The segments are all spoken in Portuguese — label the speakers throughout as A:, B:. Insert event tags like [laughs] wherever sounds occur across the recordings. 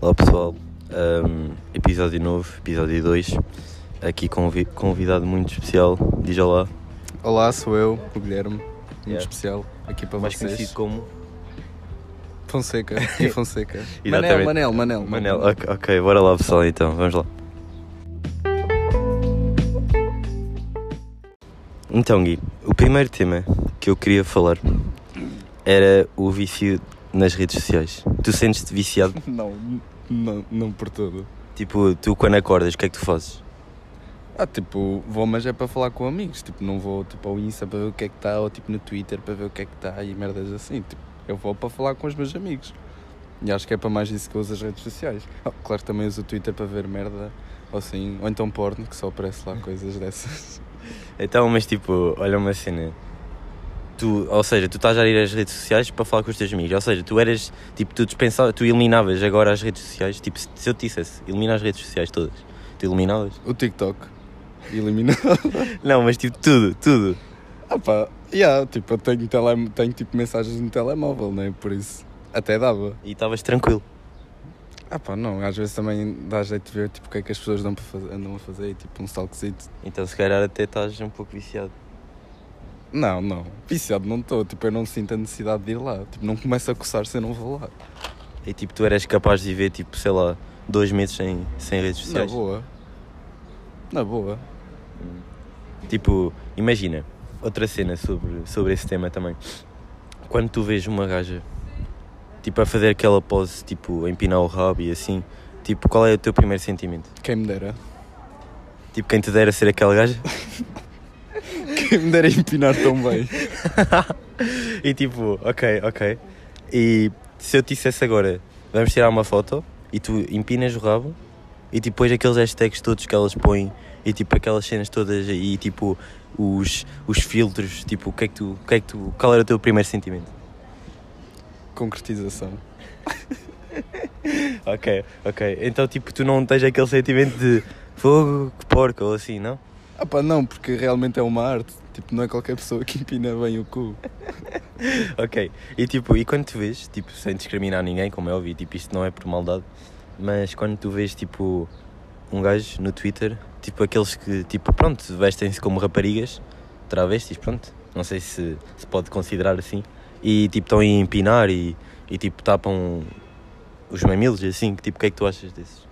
A: Olá pessoal, um, episódio novo, episódio 2, aqui com um vi- convidado muito especial, diz olá,
B: Olá, sou eu, o Guilherme, muito
A: Yeah.
B: especial, aqui para
A: mais
B: vocês.
A: conhecido como [laughs]
B: Fonseca, e Fonseca.
A: Exatamente.
B: Manel, Manel, Manel.
A: Manel. é Ok, ok, bora lá pessoal então, vamos lá. Então Gui, o primeiro tema que eu queria falar era o vício nas redes sociais. Tu sentes-te viciado?
B: [laughs] Não, não, não por tudo.
A: Tipo, tu quando acordas, o que é que tu fazes?
B: Ah, tipo, vou, mas é para falar com amigos, tipo, não vou tipo ao Insta para ver o que é que está, ou tipo no Twitter para ver o que é que está e merdas assim, tipo, eu vou para falar com os meus amigos. E acho que é para mais isso que eu uso as redes sociais. Ah, claro que também uso o Twitter para ver merda, ou assim, ou então porno, que só aparece lá coisas dessas. [laughs]
A: Então, mas tipo, olha uma cena. Tu, ou seja, tu estás a ir às redes sociais para falar com os teus amigos. Ou seja, tu eras, tipo, tu dispensavas, tu eliminavas agora as redes sociais. Tipo, se se eu te dissesse, elimina as redes sociais todas, tu eliminavas?
B: O TikTok, elimina
A: Não, mas tipo, tudo, tudo.
B: Ah pá, yeah, tipo, eu tenho, tele... tenho tipo mensagens no telemóvel, né? Por isso, até dava.
A: E estavas tranquilo.
B: Ah pá, não, às vezes também dá jeito de ver tipo, o que é que as pessoas dão para fazer, andam a fazer, tipo um stalkzito.
A: Então, se calhar, até estás um pouco viciado.
B: Não, não, viciado não estou, tipo, eu não sinto a necessidade de ir lá. Tipo, não começo a coçar se eu não vou lá.
A: E tipo, tu eras capaz de viver, tipo, sei lá, dois meses sem, sem redes
B: Na
A: sociais.
B: é boa. Na boa.
A: Tipo, imagina, outra cena sobre, sobre esse tema também. Quando tu vês uma gaja, tipo, a fazer aquela pose, tipo, a empinar o rabo e assim, tipo, qual é o teu primeiro sentimento?
B: Quem me [laughs] dera.
A: Tipo, quem te dera ser aquela gaja? [laughs]
B: Quem me dera empinar tão bem.
A: e tipo, ok, ok. E se eu te dissesse agora, vamos tirar uma foto e tu empinas o rabo e tipo, depois aqueles hashtags todos que elas põem e tipo aquelas cenas todas e tipo os, os filtros, tipo, o que é que tu, o que é que tu, qual era o teu primeiro sentimento?
B: Concretização.
A: Ok, ok. Então, tipo, tu não tens aquele sentimento de fogo, que porco, ou assim, não?
B: Ah pá, não, porque realmente é uma arte. Tipo, não é qualquer pessoa que empina bem o cu.
A: Ok. E, tipo, e quando tu vês, tipo, sem discriminar ninguém, como é óbvio, tipo, isto não é por maldade, mas quando tu vês, tipo, um gajo no Twitter, tipo, aqueles que, tipo, pronto, vestem-se como raparigas, travestis, pronto, não sei se se pode considerar assim, e, tipo, estão a empinar e, e tipo, tapam os mamilos, e assim, que, tipo, o que é que tu achas desses?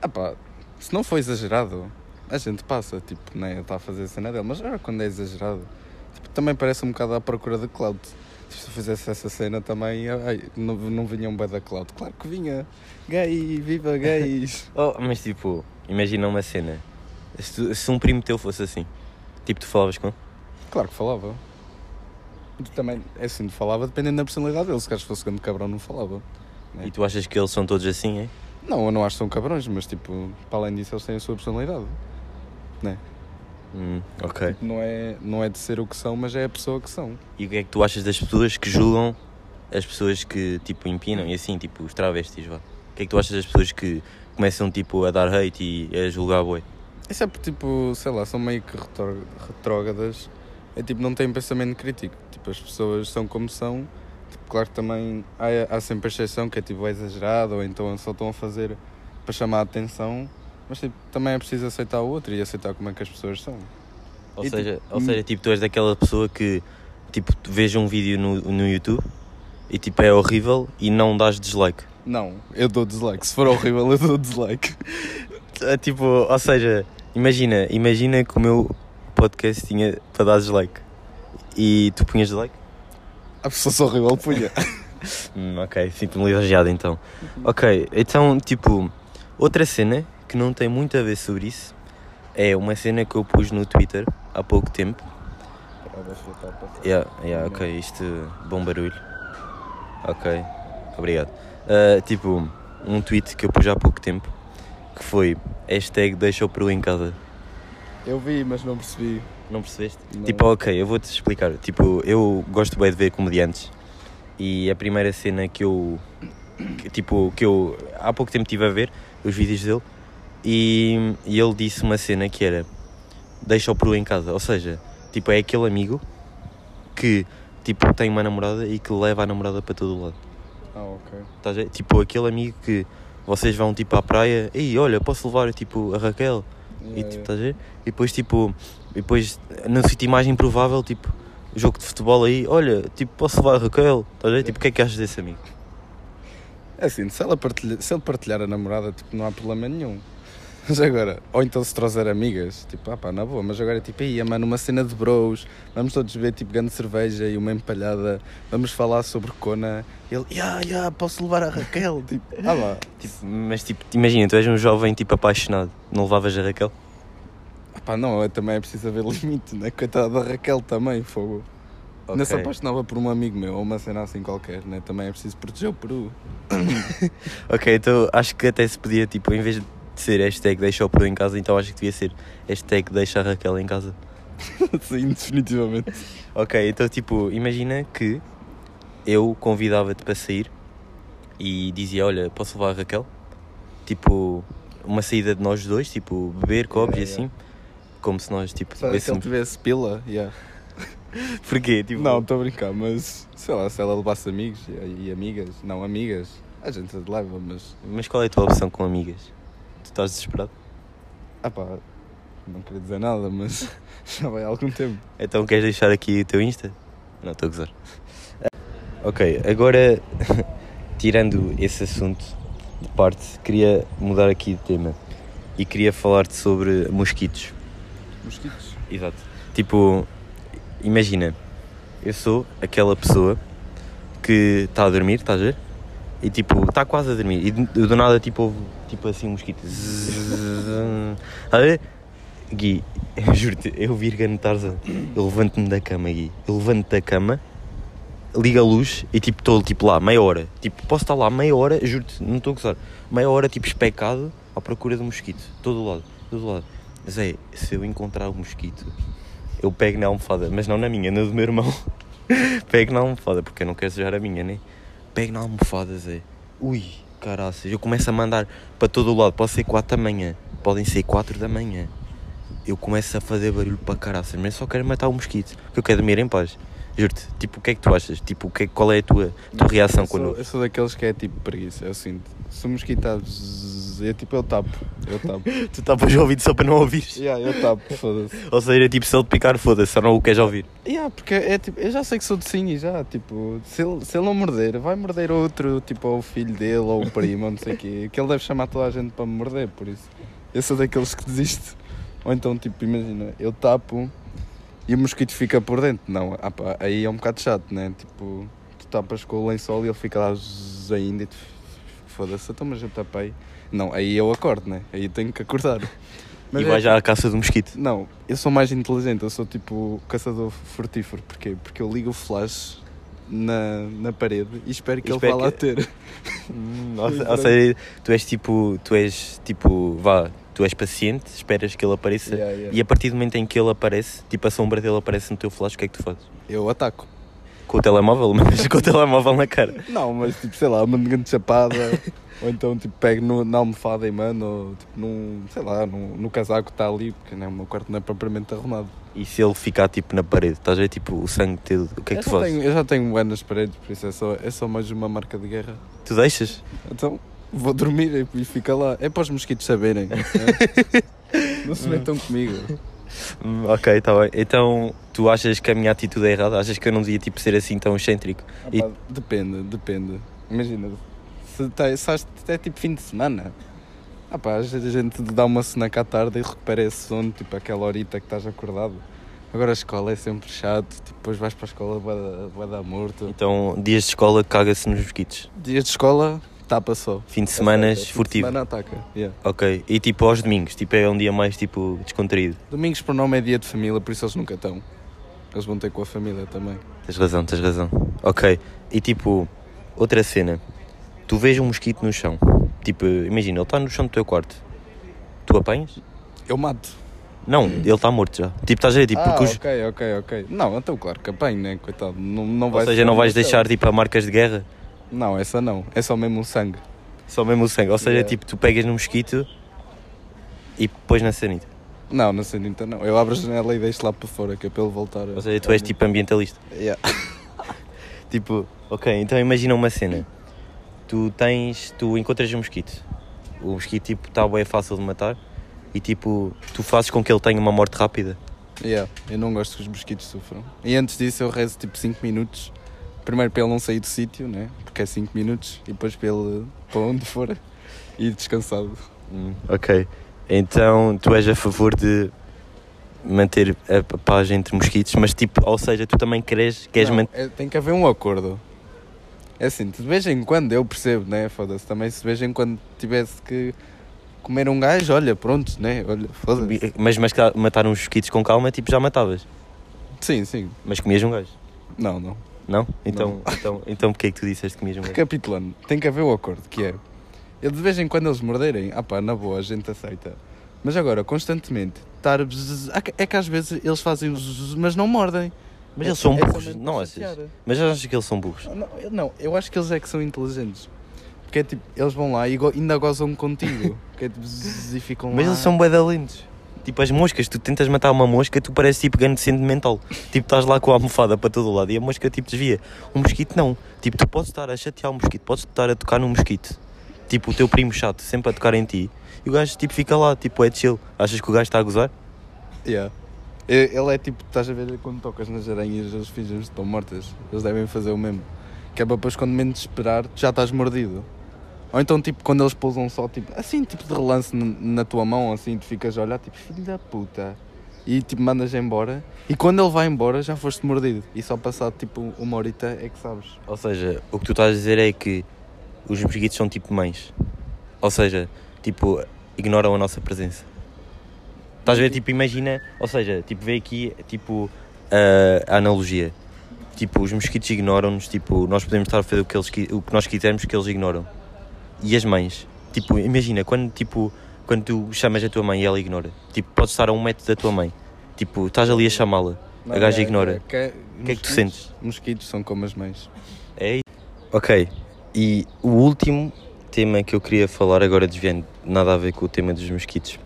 B: Ah pá, se não for exagerado, a gente passa, tipo, né? Está a fazer a cena dele, mas agora quando é exagerado, tipo, também parece um bocado à procura de cloud. Tipo, se eu fizesse essa cena também, ah, ai, não, não vinha um bué da cloud. Claro que vinha. Gay,
A: [laughs]
B: viva gays.
A: Oh, mas tipo, imagina uma cena. Se, tu- se um primo teu fosse assim, tipo, tu falavas com ele?
B: claro que falava. Também, é assim, falava dependendo da personalidade dele. Se caso fosse grande cabrão, não falava. É.
A: E tu achas que eles são todos assim, é?
B: Não, eu não acho que são cabrões, mas tipo, para além disso, eles têm a sua personalidade.
A: Hum, ok.
B: Tipo, não é, não é de ser o que são, mas é a pessoa que são.
A: E o que é que tu achas das pessoas que julgam as pessoas que, tipo, empinam e assim, tipo, os travestis, vá? O que é que tu achas das pessoas que começam, tipo, a dar hate e a julgar boi?
B: Isso é porque, tipo, sei lá, são meio que retro- retrógradas. É tipo, não têm pensamento crítico. Tipo, as pessoas são como são. Tipo, claro que também há, há sempre a exceção que é tipo, é exagerado ou então só estão a fazer para chamar a atenção. Mas tipo, também é preciso aceitar o outro e aceitar como é que as pessoas são.
A: Ou
B: E,
A: seja,
B: tipo,
A: ou seja, tipo, tu és daquela pessoa que, tipo, tu veja um vídeo no, no YouTube e, tipo, é horrível e não dás dislike.
B: Não, eu dou dislike. Se for horrível, eu dou dislike. [laughs]
A: É, tipo, ou seja, imagina, imagina que o meu podcast tinha para dar dislike. E tu punhas dislike?
B: A pessoa só horrível [laughs] punha.
A: Hum, ok, sinto-me lisonjeado então. Ok, então, tipo, outra cena que não tem muito a ver sobre isso é uma cena que eu pus no Twitter há pouco tempo. Yeah, yeah, ok, isto, bom barulho. Ok, obrigado. Ah, tipo, um tweet que eu pus há pouco tempo que foi hashtag deixa o peru em casa.
B: Eu vi, mas não percebi.
A: Não percebeste?
B: Não.
A: Tipo, ok, eu vou-te explicar. Tipo, eu gosto bem de ver comediantes e a primeira cena que eu. que, tipo, que eu há pouco tempo estive a ver os vídeos dele e, e ele disse uma cena que era deixa o peru em casa. Ou seja, tipo, é aquele amigo que tipo, tem uma namorada e que leva a namorada para todo o lado.
B: Ah, ok.
A: Estás a ver? Tipo, aquele amigo que vocês vão tipo à praia, ei, olha, posso levar tipo a Raquel? E
B: Yeah,
A: tipo, estás a ver? E depois tipo, e depois num sítio mais improvável, tipo, jogo de futebol aí, olha, tipo, posso levar a Raquel? Estás a ver? Tipo, o que é que achas desse amigo?
B: É assim, se, ela partilha, se ele partilhar a namorada, tipo, não há problema nenhum. Mas agora, ou então se trouxer amigas, tipo, ah pá, na boa, mas agora é tipo, aí, mano, uma cena de bros, vamos todos ver, tipo, grande cerveja e uma empalhada, vamos falar sobre Kona, e ele, ya, ya, posso levar a Raquel, [laughs] tipo, ah lá,
A: Tipo, mas tipo, imagina, tu és um jovem tipo apaixonado, não levavas a Raquel?
B: ah pá, não, é- também é preciso haver [laughs] limite, né, coitada da Raquel também, fogo. Não se
A: Ok.
B: apaixonava por um amigo meu, ou uma cena assim qualquer, né, também é preciso proteger o Peru. [laughs]
A: Ok, então acho que até se podia, tipo, em vez de ser hashtag deixa o Peru em casa, então acho que devia ser hashtag deixa a Raquel em casa.
B: Sim, definitivamente.
A: Ok, então tipo, imagina que eu convidava-te para sair e dizia, olha, posso levar a Raquel? Tipo, uma saída de nós dois, tipo, beber, copos
B: Yeah,
A: e assim.
B: yeah.
A: Como se nós, tipo,
B: Sabe, se ele
A: tivéssemos...
B: tivesse pila, yeah.
A: [laughs] Porquê? Tipo,
B: Não, estou a brincar, mas sei lá, se ela levasse amigos e, e amigas, não amigas, a gente leva, mas.
A: Mas qual é a tua opção com amigas? Tu estás desesperado?
B: Ah pá, não queria dizer nada, mas [laughs] já vai há algum tempo.
A: Então queres deixar aqui o teu Insta? Não, estou a gozar. Ok, agora [laughs] tirando esse assunto de parte, queria mudar aqui de tema e queria falar-te sobre mosquitos.
B: Mosquitos?
A: Exato. Tipo, imagina, eu sou aquela pessoa que está a dormir, estás a ver? E tipo, está quase a dormir. E do, do nada, tipo, ouve tipo assim um mosquito. Zzzz. Estás a ver? Gui, eu juro-te, eu virgo no Tarzan. Eu levanto-me da cama, Gui. Eu levanto da cama, ligo a luz e tipo, estou tipo lá, meia hora. Tipo, posso estar lá meia hora, juro-te, não estou a gozar. Meia hora, tipo, especado à procura de um mosquito. Todo lado, todo lado. Zé, se eu encontrar o mosquito, eu pego na almofada, mas não na minha, na do meu irmão. [laughs] pego na almofada, porque eu não quero sujar a minha, né? Pego na almofada, Zé. Ui, caraças, eu começo a mandar para todo o lado. Pode ser 4 da manhã, podem ser 4 da manhã. Eu começo a fazer barulho para caraças, mas eu só quero matar o mosquito, que eu quero dormir em paz. Juro-te, tipo, o que é que tu achas? Tipo, o que é- qual é a tua, tua reação
B: eu, sou,
A: quando.
B: eu sou daqueles que é tipo preguiça, eu sinto. Se o mosquito está. zzzz, Eu tipo, eu tapo, eu [laughs] tapo.
A: [laughs] Tu tapas o ouvido só para não ouvires?
B: yeah, eu tapo, foda-se.
A: Ou seja, é tipo, se ele te picar, foda-se, só não o queres ouvir.
B: Yeah, porque é tipo, eu já sei que sou de Cine já, tipo, se ele, se ele não morder, vai morder outro, tipo, ou o filho dele, ou o primo, ou não sei o quê, que ele deve chamar toda a gente para me morder, por isso. Eu sou daqueles que desiste. Ou então, tipo, imagina, eu tapo e o mosquito fica por dentro. Não, ah pá, aí é um bocado chato, né? Tipo, tu tapas com o lençol e ele fica lá zzz, ainda e tu foda-se, então, mas eu tapei. Não, aí eu acordo, né? Aí tenho que acordar.
A: e
B: Mas é-
A: vais já à caça do mosquito.
B: não, eu sou mais inteligente, eu sou tipo caçador furtífero. Porquê? Porque eu ligo o flash na, na parede e espero que
A: E
B: ele
A: espero
B: vá lá
A: que-
B: ter.
A: Ou se- ou seja, tu és tipo, tu és tipo, vá, tu és paciente, esperas que ele apareça
B: [laughs] Yeah, yeah.
A: e a partir do momento em que ele aparece, tipo a sombra dele aparece no teu flash, o que é que tu fazes?
B: Eu ataco.
A: Com o telemóvel, [laughs] mas com o telemóvel na cara.
B: Não, mas tipo, sei lá, mando grande [laughs] chapada. ou então tipo, pego no- na almofada e mando, ou tipo, num, sei lá, num, no casaco que está ali, porque né, o meu quarto não é propriamente arrumado.
A: E se ele ficar tipo na parede, estás a ver tipo o sangue teu, o que é que
B: eu,
A: tu
B: já
A: fazes?
B: tenho, eu já tenho um ano nas paredes, por isso é só, é só mais uma marca de guerra.
A: Tu deixas?
B: Então vou dormir e, e fica lá. É para os mosquitos saberem. [laughs] né? não se metam comigo.
A: Hum, ok, está bem. Então tu achas que a minha atitude é errada? Achas que eu não devia tipo ser assim tão excêntrico?
B: Ah
A: E-
B: pá, Depende, depende. Imagina, se tá- se acho que é tipo fim de semana. Ah pá, às vezes a gente dá uma soneca à tarde e recupera esse sono, tipo aquela horita que estás acordado. Agora a escola é sempre chato, tipo, depois vais para a escola vai dar morto.
A: Então dias de escola caga-se nos mosquitos.
B: Dias de escola, tapa só.
A: Fim de
B: É
A: semanas,
B: certo, é fim de
A: furtivo.
B: Semana ataca. yeah.
A: Ok. E tipo aos domingos, tipo é um dia mais tipo descontraído.
B: Domingos por nome é dia de família, por isso eles nunca estão. Eles vão ter com a família também.
A: Tens razão, tens razão. Ok, e tipo, outra cena. Tu vês um mosquito no chão. Tipo, imagina, ele está no chão do teu quarto. Tu apanhas?
B: Eu mato.
A: Não, ele está morto já. Tipo, estás a ver? Tipo,
B: ah,
A: porque os-
B: ok, ok, ok. Não, então claro que apanho, né? Coitado, não, não
A: Ou
B: vai
A: seja, não vais deixar tipo a marcas de guerra,
B: Não, essa não. É só mesmo o sangue.
A: só mesmo o sangue. Ou seja,
B: Yeah.
A: tipo, tu pegas no mosquito e pões na sanita.
B: Não, na sanita não. Eu abro a janela e deixo lá para fora, que é para ele voltar. a-
A: Ou seja, tu és
B: a-
A: tipo ambientalista.
B: Yeah.
A: Tipo, ok, então imagina uma cena. Tu tens. Tu encontras um mosquito. O mosquito tipo está bem fácil de matar e tipo tu fazes com que ele tenha uma morte rápida.
B: Yeah, eu não gosto que os mosquitos sofram. E antes disso eu rezo tipo 5 minutos. Primeiro para ele não sair do sítio, né? Porque é 5 minutos. E depois para ele para onde for [laughs] e descansado.
A: ok. Então tu és a favor de manter a p- paz entre mosquitos, mas tipo, ou seja, tu também queres, queres
B: Não,
A: manter.
B: é- tem que haver um acordo. É assim, de vez em quando eu percebo, né? Foda-se. Também se de vez em quando tivesse que comer um gajo, olha, pronto, né? Olha, foda-se.
A: Mas, mas ca- matar uns mosquitos com calma, tipo, já matavas.
B: Sim, sim.
A: Mas comias um gajo.
B: Não, não.
A: Não? Então, então, então porquê é que tu disseste que comias um gajo?
B: Recapitulando, tem que haver o acordo, que é. eu De vez em quando eles morderem, ah pá, na boa, a gente aceita. Mas agora, constantemente, estar. bzz, É que às vezes eles fazem o zzz, mas não mordem.
A: Mas
B: É-
A: eles são
B: é
A: burros,
B: somente
A: não
B: para
A: achas?
B: chatear.
A: Mas já achas que eles são burros?
B: Não, eu- não, eu acho que eles é que são inteligentes. Porque é tipo, eles vão lá e go- ainda gozam
A: [laughs]
B: contigo. que é tipo, zzz, e ficam lá.
A: Mas eles são bué de lentos. Tipo, as moscas, tu tentas matar uma mosca, tu pareces tipo grande mental. Tipo, estás lá com a almofada para todo o lado e a mosca tipo desvia. Um mosquito não. Tipo, tu podes estar a chatear o mosquito, podes estar a tocar no mosquito. Tipo, o teu primo chato, sempre a tocar em ti. E o gajo tipo fica lá, tipo, é chill. Achas que o gajo está a gozar?
B: Yeah. E- Ele é tipo, estás a ver quando tocas nas aranhas, eles fingem que estão mortas. Eles devem fazer o mesmo. Que é para depois, quando menos esperar, tu já estás mordido. Ou então, tipo, quando eles pousam só, tipo, assim, tipo de relance n- na tua mão, assim, tu ficas a olhar, tipo, filho da puta. E tipo, mandas embora. E quando ele vai embora, já foste mordido. E só passado, tipo, uma horita é que sabes.
A: Ou seja, o que tu estás a dizer é que os mosquitos são tipo mães. Ou seja, tipo, ignoram a nossa presença. Estás a ver, tipo, imagina, ou seja, tipo, vê aqui, tipo, a, a analogia. Tipo, os mosquitos ignoram-nos, tipo, nós podemos estar a fazer o que, eles, qui- o que nós quisermos que eles ignoram. E as mães? Tipo, imagina, quando, tipo, quando tu chamas a tua mãe e ela ignora. Tipo, podes estar a um metro da tua mãe. Tipo, estás ali a chamá-la. A gaja ignora.
B: O que é
A: O que é que tu sentes?
B: Mosquitos são como as mães.
A: É isso. Ok, e o último tema que eu queria falar agora, desviando nada a ver com o tema dos mosquitos,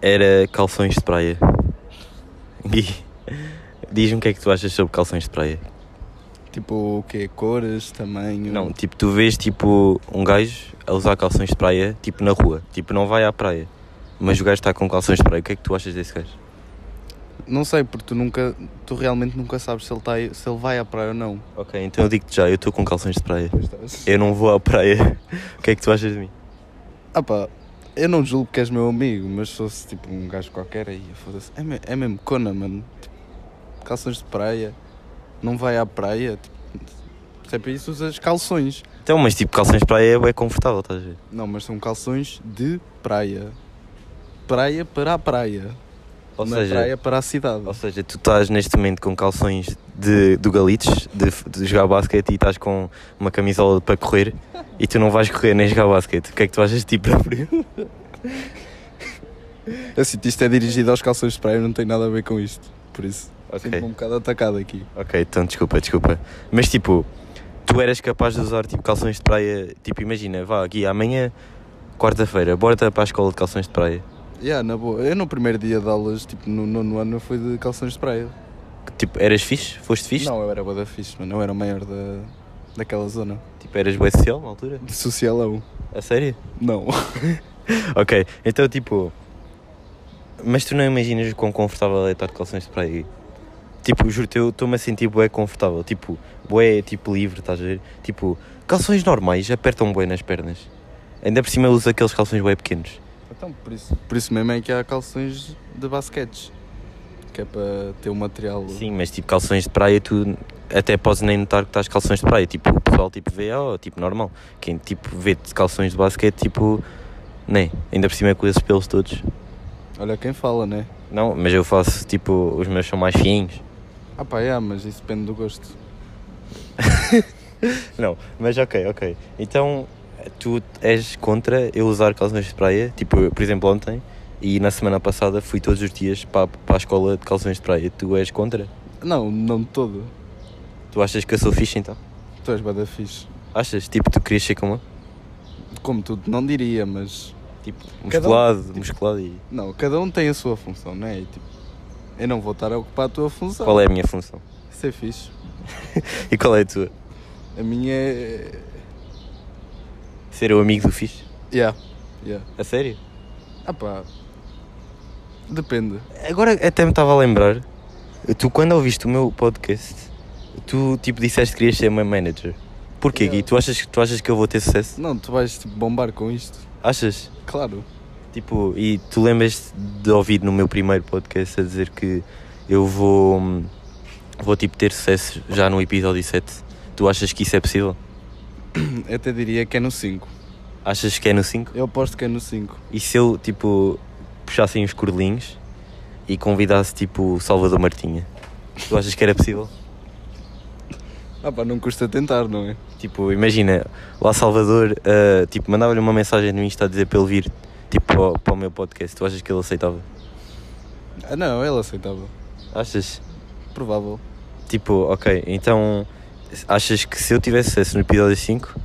A: era calções de praia. [laughs] Gui, diz-me o que é que tu achas sobre calções de praia.
B: Tipo, o quê? Cores, tamanho.
A: Não, tipo, tu vês tipo um gajo a usar calções de praia, tipo na rua, tipo não vai à praia, mas o gajo está com calções de praia, o que é que tu achas desse gajo?
B: Não sei, porque tu nunca, tu realmente nunca sabes se ele, tá, se ele vai à praia ou não.
A: Ok, então eu digo-te já, eu estou com calções de praia.
B: Pois estás.
A: Eu não vou à praia. [laughs] O que é que tu achas de mim?
B: Ah pá, eu não julgo que és meu amigo, mas se fosse tipo um gajo qualquer aí, foda-se. É, me- é mesmo cona, mano. Tipo, calções de praia, não vai à praia. Tipo, se é para isso usas calções.
A: Então, mas tipo, calções de praia é bué confortável, estás a ver?
B: Não, mas são calções de praia. Praia para a praia.
A: Ou
B: Na
A: seja,
B: praia para a cidade.
A: Ou seja, tu estás neste momento com calções de, do Galitos, de, de jogar basquete, e estás com uma camisola para correr, e tu não vais correr nem jogar basquete. O que é que tu achas de ti próprio?
B: Eu sinto isto é dirigido aos calções de praia, não tem nada a ver com isto. Por isso,
A: Ok.
B: sinto-me um bocado atacado aqui.
A: Ok, então desculpa, desculpa. Mas tipo, tu eras capaz de usar tipo calções de praia, tipo imagina, vá aqui amanhã, quarta-feira, bora para a escola de calções de praia.
B: Yeah, na boa. Eu no primeiro dia de aulas, tipo, no nono ano, eu fui de calções de praia.
A: Tipo, eras fixe? Foste fixe?
B: Não, eu era boa da fixe, mano. Eu era o maior da, daquela zona.
A: Tipo, eras bem social na altura?
B: De socialão.
A: A sério?
B: Não.
A: [laughs] Ok, então tipo. Mas tu não imaginas o quão confortável é estar de calções de praia? Tipo, juro-te, eu estou-me a sentir bué confortável. Tipo, bué tipo livre, estás a ver? Tipo, calções normais apertam bué nas pernas. Ainda por cima eu uso aqueles calções bué pequenos.
B: Então, por isso, por isso mesmo é que há calções de basquetes. Que é para ter o material.
A: Sim, mas tipo, calções de praia tu até podes nem notar que estás de calções de praia. Tipo, o pessoal tipo vê, oh, tipo, normal. Quem tipo vê de calções de basquete, tipo, nem. Ainda por cima é com esses pelos todos.
B: Olha quem fala, né?
A: Não, mas eu faço, tipo, os meus são mais fininhos.
B: Ah pá, yeah, mas isso depende do gosto.
A: Não, mas ok, ok. Então, tu és contra eu usar calções de praia? Tipo, eu, por exemplo, ontem e na semana passada fui todos os dias para, para a escola de calções de praia. Tu és contra?
B: Não, não de todo.
A: Tu achas que eu sou fixe então?
B: Tu és bué da fixe.
A: Achas? Tipo, tu querias ser como eu?
B: Como tudo, não diria, mas.
A: Tipo,
B: Cada um-
A: musculado, musculado e.
B: Não, cada um tem a sua função, né? E, tipo, eu não vou estar a ocupar a tua função.
A: Qual é a minha função?
B: Ser fixe.
A: E qual é a tua?
B: A minha é.
A: Ser o amigo do fixe?
B: Yeah. Yeah.
A: A sério?
B: Ah pá. Depende.
A: Agora até me estava a lembrar. Tu, quando ouviste o meu podcast, tu tipo disseste que querias ser meu manager. Porquê,
B: Yeah.
A: Gui? Tu achas, que- tu achas que eu vou ter sucesso?
B: Não, tu vais tipo, bombar com isto.
A: Achas?
B: Claro. [clears throat]
A: Tipo, e tu lembras de ouvir no meu primeiro podcast a dizer que eu vou. hum, Vou tipo ter sucesso já no episódio 7. Tu achas que isso é possível?
B: Eu até diria que é no 5.
A: Achas que é no 5?
B: Eu aposto que é no 5.
A: E se eu, tipo, puxassem os cordelinhos e convidasse, tipo, o Salvador Martinha? Tu achas que era possível?
B: Ah pá, não custa tentar, não é?
A: Tipo, imagina, lá Salvador, ah, tipo, mandava-lhe uma mensagem no Insta a dizer para ele vir, tipo, para o, para o meu podcast. Tu achas que ele aceitava?
B: Ah não, ele aceitava.
A: Achas?
B: Provável.
A: Tipo, ok, então, achas que se eu tivesse sucesso no episódio 5...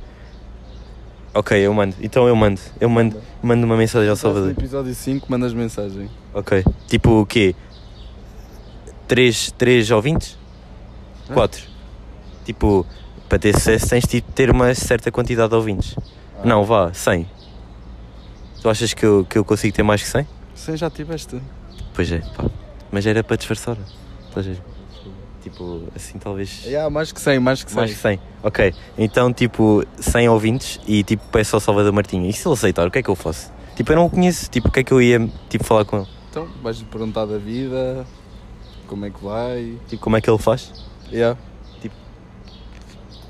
A: Ok, eu mando. Então eu mando. Eu mando, mando uma mensagem ao Salvador.
B: No um episódio 5 mandas mensagem.
A: Ok. Tipo o quê? Três, três ouvintes?
B: Hã?
A: Quatro. Tipo, para ter sucesso tens de ter uma certa quantidade de ouvintes.
B: Ah.
A: Não, vá, 100. Tu achas que eu, que eu consigo ter mais que 100?
B: Sim, já tiveste.
A: Pois é, pá. Mas era para disfarçar. Estás a ver? Tipo, assim talvez.
B: Ah, mais que 100, mais que 100.
A: Mais que 100. Ok. Então, tipo, 100 ouvintes e tipo, peço ao Salvador Martinha. E se ele aceitar, o que é que eu faço? Tipo, eu não o conheço. Tipo, o que é que eu ia tipo, falar com ele?
B: Então, vais-lhe perguntar da vida, como é que vai.
A: Tipo, como é que ele faz?
B: Yeah.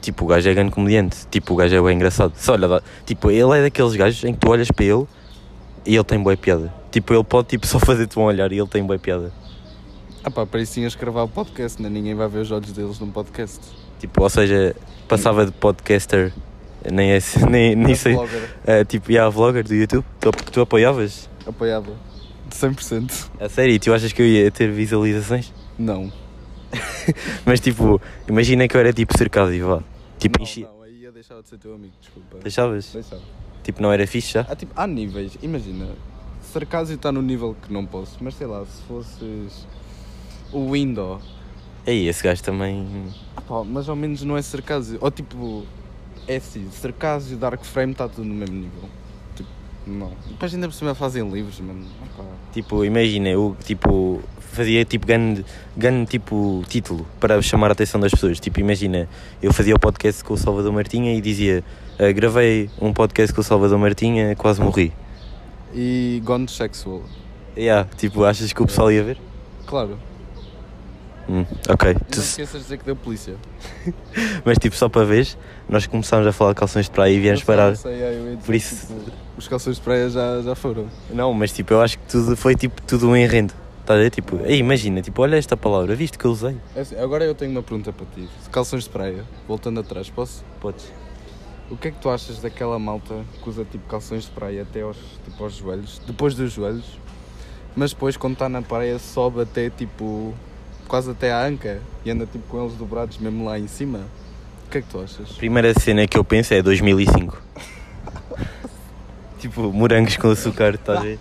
A: Tipo, o gajo é grande comediante. Tipo, o gajo é bem engraçado. Só olha, lá, tipo, ele é daqueles gajos em que tu olhas para ele e ele tem boa piada. Tipo, ele pode tipo, [laughs] só fazer-te um olhar e ele tem boa piada.
B: Ah pá, para isso tinhas que gravar o podcast, né? ninguém vai ver os olhos deles num podcast.
A: Tipo, ou seja, passava de podcaster, nem, esse, [laughs] nem, nem
B: É
A: sei.
B: blogger.
A: eh, tipo, e a vlogger do YouTube, tu, tu apoiavas?
B: Apoiava. De 100%.
A: A sério, e tu achas que eu ia ter visualizações?
B: Não.
A: Mas tipo, imagina que eu era tipo cercado e vá. Tipo,
B: não,
A: enchi.
B: não, aí eu deixava de ser teu amigo, desculpa.
A: Deixavas?
B: Deixava.
A: Tipo, não era fixe já?
B: Há, tipo, há níveis, imagina. Sarcasmo está no nível que não posso, mas sei lá, se fosses o window.
A: Ei, esse gajo também.
B: Ah pá, mas ao menos não é sarcasmo. Ou tipo, é assim, sarcasmo e dark frame está tudo no mesmo nível. Tipo, não. Depois ainda por cima fazem livros, mano. Ah, pá.
A: Tipo, imagina, eu tipo, fazia tipo grande, grande tipo, título para chamar a atenção das pessoas. Tipo, imagina, eu fazia o podcast com o Salvador Martinha e dizia: "Ah, Gravei um podcast com o Salvador Martinha, quase morri.
B: E gone sexual.
A: Yeah, tipo, achas que o pessoal ia ver?
B: Claro.
A: Hum, ok.
B: E
A: Tu-
B: Não esqueças de dizer que deu polícia.
A: mas tipo, só para ver, nós começámos a falar de calções de praia e viemos
B: Eu sei,
A: parar.
B: eu sei, é, eu ia dizer,
A: Por isso-
B: tipo, os calções de praia já, já foram.
A: Não, mas tipo, eu acho que tudo foi tipo tudo um enrendo. Estás a ver? Tipo, ei, imagina, tipo, olha esta palavra, viste que eu usei?
B: É assim, agora eu tenho uma pergunta para ti. Calções de praia, voltando atrás, posso?
A: Podes.
B: O que é que tu achas daquela malta que usa tipo calções de praia até aos, tipo, aos joelhos, depois dos joelhos, mas depois quando está na praia sobe até tipo quase até à anca e anda tipo com eles dobrados mesmo lá em cima? O que é que tu achas?
A: Primeira cena que eu penso é 2005. tipo, morangos com açúcar, estás a ver?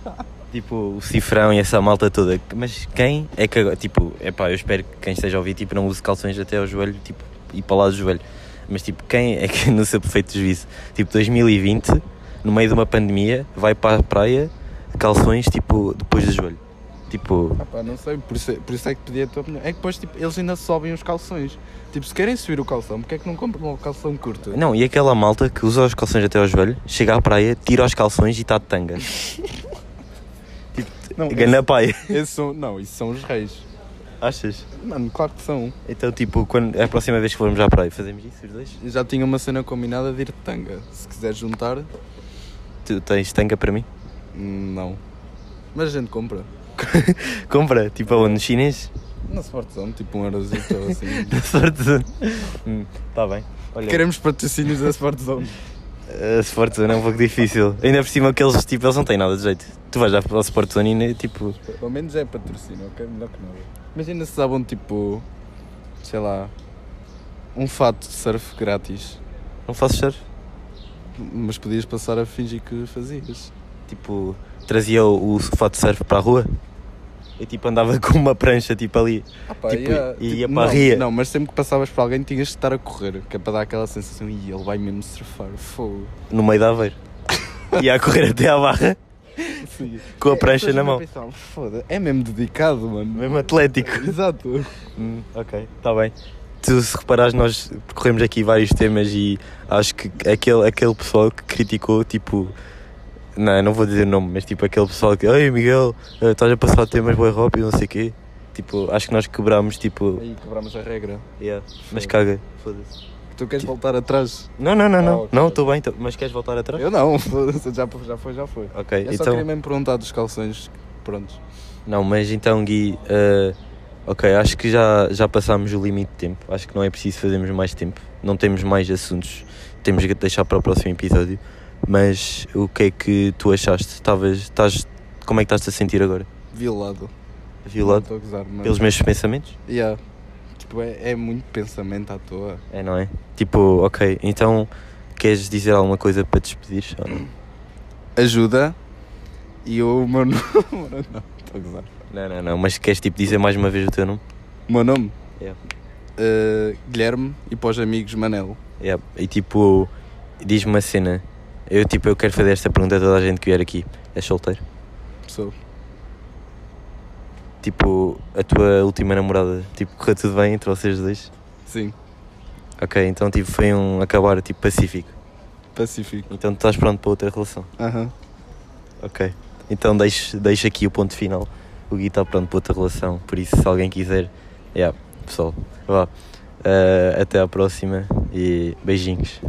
A: Tipo, o cifrão e essa malta toda. Mas quem é que agora. Tipo, é pá, eu espero que quem esteja a ouvir tipo, não use calções até ao joelho tipo, e para lá do joelho. Mas tipo, quem é que [laughs] no seu perfeito juízo? Tipo, 2020, no meio de uma pandemia, vai para a praia, calções tipo, depois do joelho. Tipo,
B: Ah pá, não sei, por isso, é- por isso é que pedi a tua opinião. É que depois tipo, eles ainda sobem os calções. Tipo, se querem subir o calção, porque é que não compram logo o calção curto?
A: Não, e aquela malta que usa os calções até ao joelho, chega à praia, tira os calções e está de tanga. tipo,
B: Não,
A: ganha pai.
B: Esses são, não, isso são os reis.
A: Achas?
B: Mano, claro que são.
A: Então, tipo, quando, a próxima vez que formos à praia, fazemos isso os dois?
B: Eu já tinha uma cena combinada de ir de tanga. Se quiser juntar,
A: Tu tens tanga para mim?
B: hum, não. Mas a gente compra.
A: Compra, tipo, aonde? No chinês? [laughs]
B: Na Sportzone, tipo um eurozito ou [laughs] assim.
A: Na sorte zone. Hum, tá bem. Olha,
B: Queremos patrocínios da Sportzone.
A: a Sport Zone é um pouco difícil. Ainda por cima que eles, tipo, eles não têm nada de jeito. Tu vais já para o Sport Zone e, né, tipo,
B: Pelo menos é patrocínio, ok? Melhor que nada. Imagina se davam tipo, sei lá, um fato de surf grátis.
A: não faço choro.
B: Mas podias passar a fingir que fazias.
A: Tipo, trazia o, o fato de surf para a rua e, tipo, andava [laughs] com uma prancha, tipo, ali.
B: Ah, pá,
A: Tipo,
B: ia-
A: e- ia
B: tipo,
A: para a
B: não,
A: ria.
B: Não, mas sempre que passavas por alguém tinhas de estar a correr, que é para dar aquela sensação, e ele vai mesmo surfar, fogo. [laughs]
A: no meio da Aveiro. ia a correr até à barra
B: Sim.
A: com a
B: É,
A: prancha
B: depois
A: na
B: eu
A: mão.
B: pensava, Foda, é mesmo dedicado, mano.
A: Mesmo atlético.
B: [laughs] Exato.
A: Hum, ok,
B: tá
A: está bem. Tu, se reparares, nós percorremos aqui vários temas e acho que aquele, aquele pessoal que criticou, tipo. Não, não vou dizer o nome, mas tipo aquele pessoal que. Ei, Miguel, eh, estás a passar temas boi hop e não sei o quê. Tipo, acho que nós quebramos, tipo.
B: Aí quebramos a regra.
A: Yeah, mas caga, foda-se.
B: Tu queres voltar atrás?
A: Não, não, não, não.
B: Ah, ok.
A: Não, estou bem, tô- mas queres voltar atrás?
B: Eu não, [laughs] foda-se, já, já foi, já foi.
A: Ok,
B: Eu só
A: então.
B: queria mesmo perguntar dos calções prontos.
A: Não, mas então, Gui. eh, ok, acho que já, já passámos o limite de tempo. Acho que não é preciso fazermos mais tempo. Não temos mais assuntos. Temos que deixar para o próximo episódio. Mas o que é que tu achaste? Estavas. Estás, como é que estás-te a sentir agora?
B: Violado.
A: Violado?
B: Estou a gozar, mas...
A: Pelos mesmos pensamentos?
B: Yeah. Tipo, é, é muito pensamento à toa.
A: É, não é? Tipo, ok, então queres dizer alguma coisa para despedir? ou não?
B: Ajuda. E eu, o meu [laughs] nome... não, estou a gozar.
A: Não, não, não, mas queres tipo dizer mais uma vez o teu nome?
B: O meu nome?
A: Yeah.
B: Uh, Guilherme e para os amigos Manel.
A: Yeah, E tipo, diz-me uma cena. Eu tipo, eu quero fazer esta pergunta a toda a gente que vier aqui. És solteiro?
B: Pessoa.
A: Tipo, a tua última namorada, tipo, correu tudo bem entre vocês dois?
B: Sim,
A: Ok, então tipo, foi um acabar tipo pacífico.
B: Pacífico.
A: Então tu estás pronto para outra relação.
B: Aham.
A: Ok. Então deixo, deixo aqui o ponto final. O Gui está pronto para outra relação. Por isso, se alguém quiser, yeah, pessoal, vá. Ah, até à próxima e beijinhos.